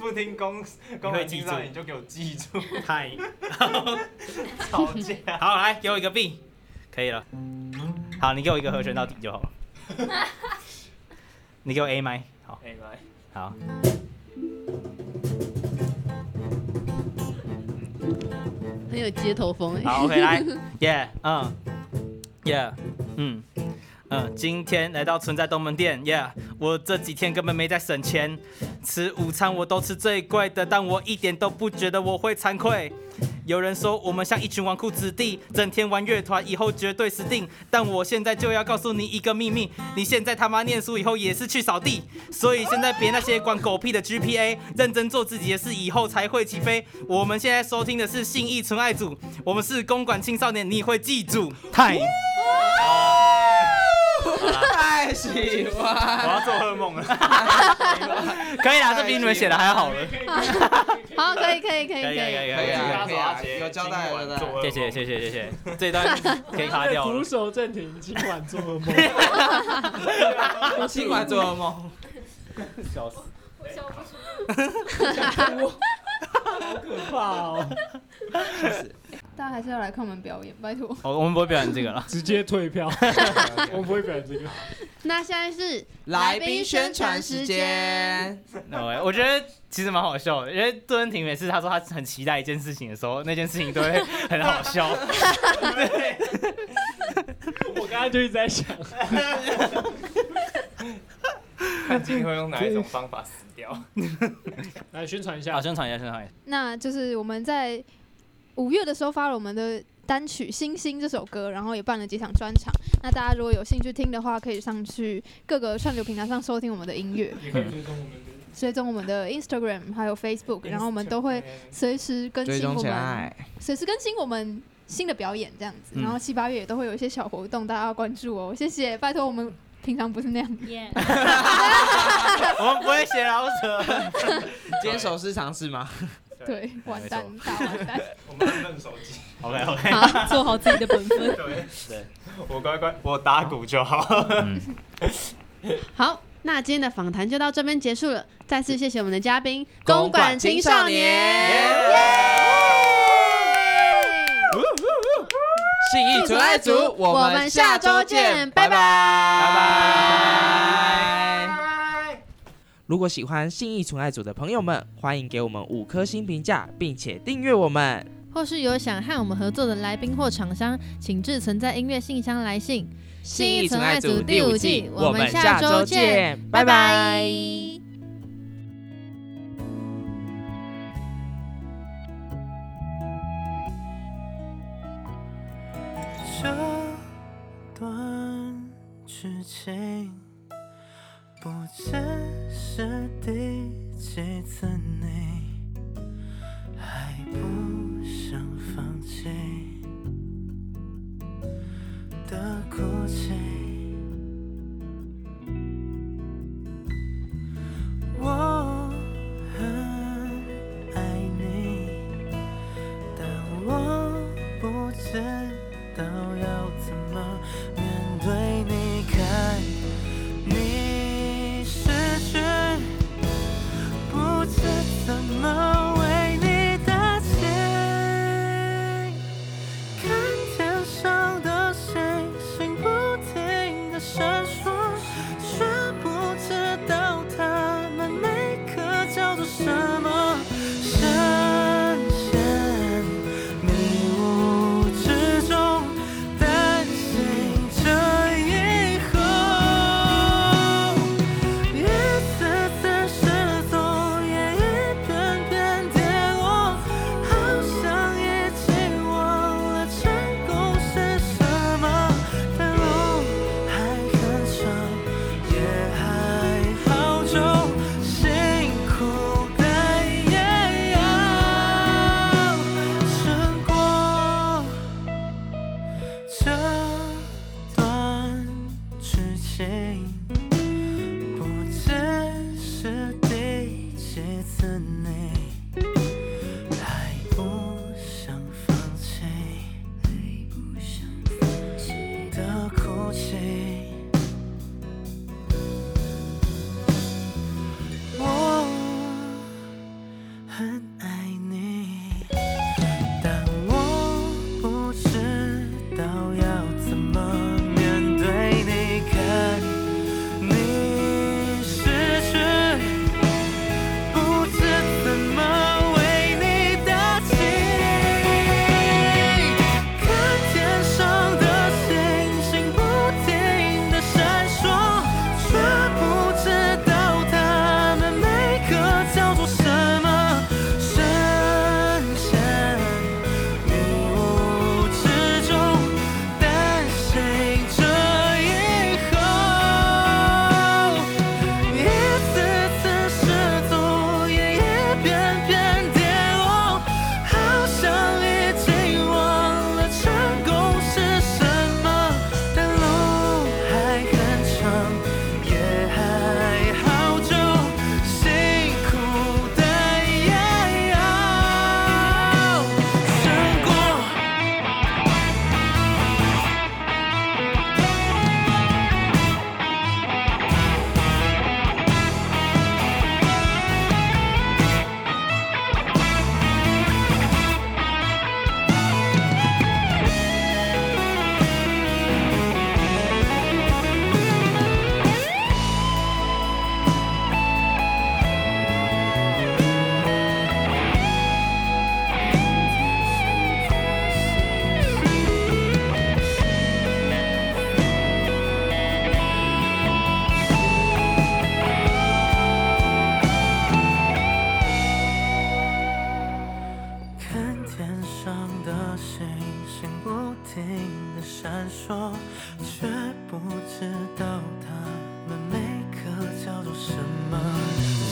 S12: 不听公公
S7: 会
S12: 会
S7: 记
S12: 记
S7: 住
S12: 上，你就给我记 住
S7: 嗨，
S12: 吵架。
S7: 好，来给我一个 B，可以了。好，你给我一个和弦到底就好了。你给我 A 麦，好
S12: 哎来，
S7: 好。
S4: 很有街头风哎、
S7: 好，OK，来，Yeah，嗯，Yeah，嗯。嗯，今天来到存在东门店，Yeah，我这几天根本没在省钱，吃午餐我都吃最贵的，但我一点都不觉得我会惭愧。有人说我们像一群纨绔子弟，整天玩乐团，以后绝对死定。但我现在就要告诉你一个秘密，你现在他妈念书以后也是去扫地。所以现在别那些管狗屁的 GPA，认真做自己的事，以后才会起飞。我们现在收听的是信义纯爱组，我们是公馆青少年，你会记住。太，
S8: 太喜
S12: 我
S8: 欢。
S12: 要做噩梦了。
S7: 可以啦，这比你们写的还好了。
S4: 好，可以可以可以
S7: 可以可以可以可以
S8: 啊可以啊
S12: 大家写
S8: 有交代
S12: 今晚
S8: 有交代
S12: 做噩梦
S7: 谢谢谢谢谢谢，这一段可以卡掉
S2: 扶
S7: 了。
S2: 手暂停，今晚做噩 梦。
S8: 尽管做噩梦，
S6: 我笑不出。
S2: 哦
S10: 大家还是要来看我们表演，拜托。
S7: 我我们不会表演这个了。
S2: 直接 退票， 我不会表演这个。
S4: 那现在是
S8: 来宾宣传时间。
S7: 那我我觉得其实蛮好笑的，因为杜恩婷每次她说她很期待一件事情的时候，那件事情都会很好笑。
S2: 我刚刚就一直在想，
S12: 看今天会用哪 一种方法死掉。
S2: 来宣传一
S7: 好，
S2: 下，
S7: 宣传一下，宣传一下。
S10: 那就是我们在五月的时候发了我们的单曲《星星》这首歌，然后也办了几场专场。那大家如果有兴趣听的话，可以上去各个串流平台上收听我们的音乐，
S2: 也可以追踪我们的。
S10: 追踪我们的 Instagram 还有 Facebook，然后我们都会
S12: 啊
S10: 随时更
S8: 追
S10: 新
S8: 踪
S10: 我
S8: 起
S10: 们，
S8: 来，
S10: 随时更新我们。新的表演这样子，
S7: 嗯
S10: 然后七八月也都会有一些小活动，大家要关注哦，谢谢，拜托我们平常不是那样，
S6: 耶，
S7: 我们不会写老舍。
S8: 坚守市场是吗？
S10: 对，完蛋，大完蛋，
S12: 我们按认手 机。
S7: OK OK，
S6: 好，做好自己的本分。
S12: 对
S7: 对，
S12: 我乖乖，我打鼓就好。
S4: 好，那今天的访谈就到这边结束了。再次谢谢我们的嘉 宾，
S8: 公馆
S4: 馆青
S8: 青少
S4: 年。
S8: 信义纯爱组，我们下周见，拜拜，拜拜。如果喜欢信义纯爱组的朋友们，欢迎给我们五颗星评价，并且订阅我们。
S13: 或是有想和我们合作的来宾或厂商，请至存在音乐信箱来信。
S8: 信义
S13: 存
S8: 纯爱组第五季，
S13: 我
S8: 我
S13: 们
S8: 们
S13: 下
S8: 下
S13: 周
S8: 周
S13: 见
S8: 见，
S13: 拜
S8: 拜
S13: 拜
S8: 拜。
S9: 这段剧情不知是第几次，你还不想放弃的哭泣。我很爱你。但我不知道要怎么面对你，看你失去，不知怎么为你打气。看天上的星星不停心，不只是第几次你还不想放弃，的哭泣。我很爱你，但我不知道要怎么面对你。看你失去，不知怎么为你打气。看天上的星星不停的闪烁，却不知道它们每颗叫做什么。深陷迷雾之中，担心这以后，一次次失踪，也一遍遍跌落。好像已经忘了成功是什么，但路还很长，也还好久，辛苦的也要胜过。看天上的星星不停的闪烁，却不知道它们每颗叫做什么。